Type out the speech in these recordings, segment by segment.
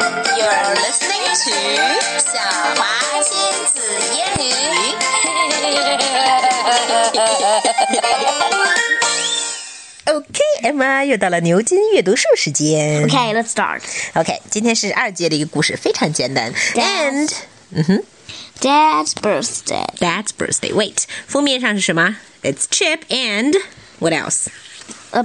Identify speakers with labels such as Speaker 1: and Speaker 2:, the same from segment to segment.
Speaker 1: are listening to 小华仙子烟女。
Speaker 2: OK, Emma，又到了牛津阅读树时间。
Speaker 3: Okay, let's start.
Speaker 2: OK，今天是二阶的一个故事，非常简单。
Speaker 3: Yes.
Speaker 2: And
Speaker 3: Dad's birthday.
Speaker 2: that's birthday. Wait，封面上是什么？It's Chip and what else？
Speaker 3: A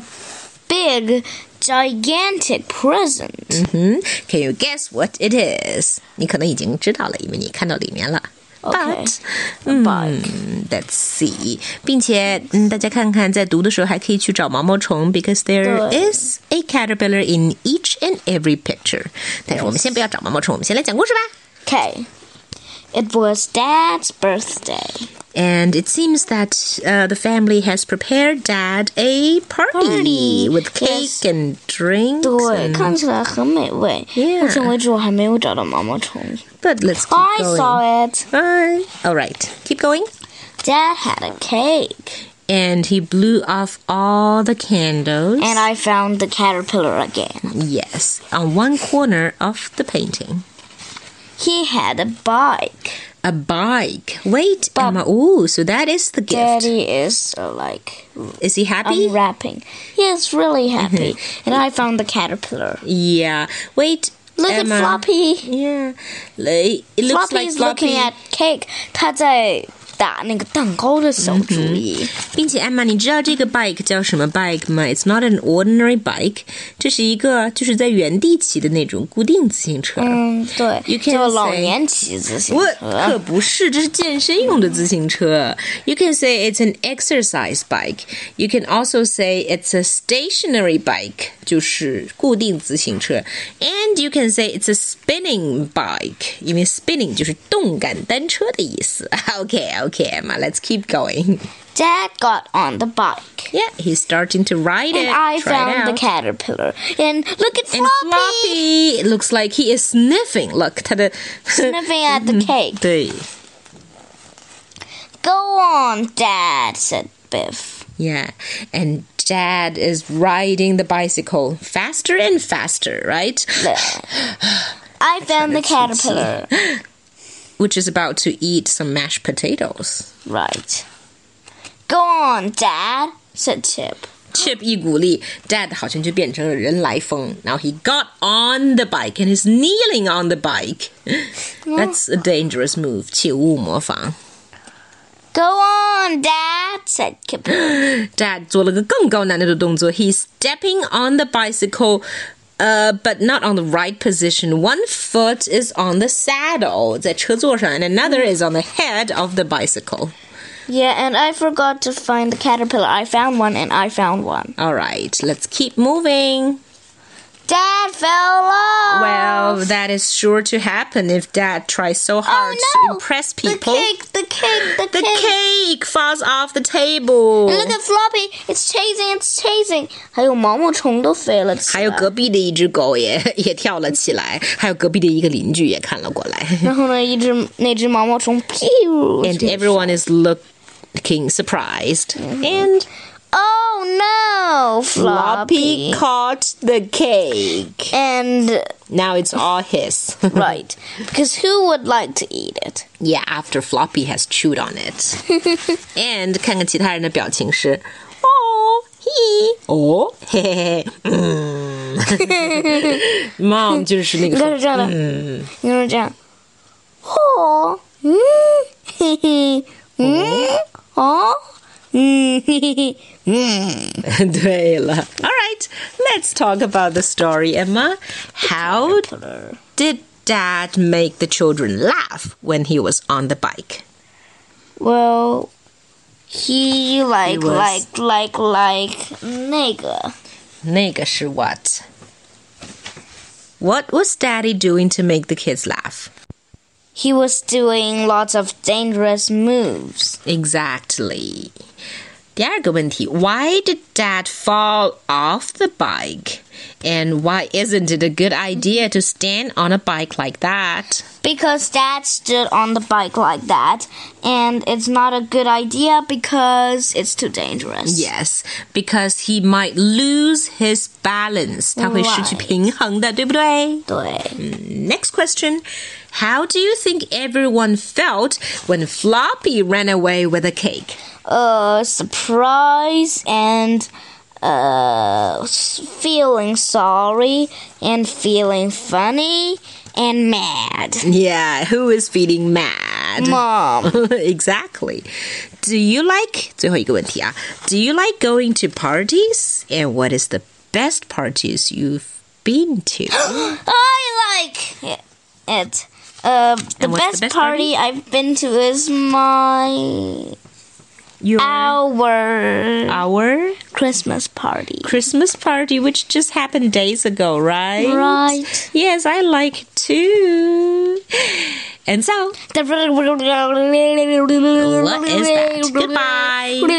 Speaker 3: big, gigantic present.
Speaker 2: 嗯，Can Mm-hmm. you guess what it is？你可能已经知道了，因为你看到里面了。
Speaker 3: Okay.
Speaker 2: But，嗯，Let's see，并且嗯，大家看看，在读的时候还可以去找毛毛虫，because there
Speaker 3: 对
Speaker 2: is a caterpillar in each and every picture。但是我们先不要找毛毛虫，我们先来讲故事吧。
Speaker 3: Okay. It was Dad's birthday.
Speaker 2: And it seems that uh, the family has prepared Dad a party,
Speaker 3: Party,
Speaker 2: with cake
Speaker 3: yes.
Speaker 2: and drinks.
Speaker 3: 对，
Speaker 2: and-
Speaker 3: 看起来很美味。
Speaker 2: Yeah.
Speaker 3: 目前为止，我还没有找到毛毛虫。
Speaker 2: but let's keep
Speaker 3: I
Speaker 2: going.
Speaker 3: saw it.
Speaker 2: Bye. All right, keep going.
Speaker 3: Dad had a cake,
Speaker 2: And he blew off all the candles.
Speaker 3: and I found the caterpillar again.
Speaker 2: yes, on one corner of the painting.
Speaker 3: He had a bike.
Speaker 2: A bike. Wait,
Speaker 3: But-
Speaker 2: Emma. Oh, so that is the gift.
Speaker 3: Daddy is uh, like
Speaker 2: Is he happy?
Speaker 3: unwrapping. He is really happy,
Speaker 2: Mm-hmm.
Speaker 3: and I found the caterpillar.
Speaker 2: yeah. Wait,
Speaker 3: Look
Speaker 2: Emma.
Speaker 3: at Floppy.
Speaker 2: Yeah. Like, It looks
Speaker 3: Floppy
Speaker 2: like
Speaker 3: is
Speaker 2: Floppy.
Speaker 3: looking at cake. 他在打那个蛋糕的小主意。
Speaker 2: 并且艾玛，你知道这个 bike 叫什么 bike 吗？It's not an ordinary bike，这是一个就是在原地骑的那种固定自行车。
Speaker 3: 嗯，对
Speaker 2: You，can
Speaker 3: 就老
Speaker 2: say-
Speaker 3: 年骑自行
Speaker 2: 我可
Speaker 3: 车。
Speaker 2: 不是，这是健身用的自行车。You can say it's an exercise bike. You can also say it's a stationary bike，就是固定自行车。And you can say it's a spinning bike，因为 spinning 就是动感单车的意思。OK，OK，Emma，let's、keep going.
Speaker 3: Dad got on the bike.
Speaker 2: Yeah, he's starting to ride
Speaker 3: And
Speaker 2: it. Try
Speaker 3: I
Speaker 2: it
Speaker 3: found the
Speaker 2: out.
Speaker 3: caterpillar. And look at
Speaker 2: And
Speaker 3: Floppy
Speaker 2: Floppy it looks like he is sniffing. Look, 他的
Speaker 3: sniffing at the
Speaker 2: Mm-hmm.
Speaker 3: cake.
Speaker 2: 对
Speaker 3: Go on, Dad, said Biff.
Speaker 2: Yeah, and Dad is riding the bicycle faster and faster, right?
Speaker 3: I found the caterpillar.
Speaker 2: Which is about to eat some mashed potatoes.
Speaker 3: Right. Go on, Dad, said Chip.
Speaker 2: Chip 一鼓励，Dad 好像就变成了人来疯。Now he got on the bike and is kneeling on the bike. That's a dangerous move. 切勿模仿。
Speaker 3: Go on, Dad, said Kip.
Speaker 2: Dad 做了个更高难度的动作，He's stepping on the bicycle. Uh, but not on the right position. One foot is on the saddle, 在车座上, and another is on the head of the bicycle.
Speaker 3: yeah, and I forgot to find the caterpillar. I found one, and I found one.
Speaker 2: All right, let's keep moving.
Speaker 3: Dad fell off.
Speaker 2: Well, that is sure to happen if Dad tries so hard
Speaker 3: oh, no.
Speaker 2: to impress people.
Speaker 3: The cake, the cake, the,
Speaker 2: The
Speaker 3: cake.
Speaker 2: cake falls off the table.
Speaker 3: Look at Floppy. It's chasing. It's chasing. 还有毛毛虫都飞了起 来。
Speaker 2: 还有隔壁的一只狗也 也跳了起来，还有隔壁的一个邻居也看了过来。
Speaker 3: 然后呢，一只那只毛毛虫
Speaker 2: and everyone is looking surprised. And
Speaker 3: Oh no,
Speaker 2: Floppy
Speaker 3: floppy.
Speaker 2: caught the cake.
Speaker 3: And
Speaker 2: Now it's all his.
Speaker 3: right, because who would like to eat it?
Speaker 2: yeah, after Floppy has chewed on it. and 看看其他人的表情是 Oh, he. Oh, hey. Mom 就是那个
Speaker 3: 应该是这样的， 应该是这样。哦，嗯，嘿嘿，嗯，哦，嗯，嘿嘿，嗯。
Speaker 2: 对了。All right, let's talk about the story, Emma. How did Dad make the children laugh when he was on the bike?
Speaker 3: Well, he like
Speaker 2: was-
Speaker 3: like like like 那个
Speaker 2: 那个是 what? What was Daddy doing to make the kids laugh?
Speaker 3: he was doing lots of dangerous moves.
Speaker 2: Exactly. 第二个问题，Why did Dad fall off the bike? And why isn't it a good idea to stand on a bike like that?
Speaker 3: Because dad stood on the bike like that, and it's not a good idea because it's too dangerous.
Speaker 2: Yes, because he might lose his balance. 他会失去平衡的，对不对？
Speaker 3: 对。
Speaker 2: Next question. How do you think everyone felt when Floppy ran away with a cake?
Speaker 3: Uh, surprise and uh, s- feeling sorry and feeling funny and mad.
Speaker 2: Yeah, who is feeling mad?
Speaker 3: Mom.
Speaker 2: exactly. Do you like 最后一个问题啊, Do you like going to parties? And what is the best parties you've been to?
Speaker 3: I like it. Uh, the,
Speaker 2: And what's the
Speaker 3: best
Speaker 2: best
Speaker 3: party,
Speaker 2: party?
Speaker 3: I've been to is my
Speaker 2: Your
Speaker 3: our
Speaker 2: our
Speaker 3: Christmas party.
Speaker 2: Christmas party, which just happened days ago, right?
Speaker 3: Right.
Speaker 2: Yes, I like it too. And so
Speaker 3: What
Speaker 2: is that? Goodbye.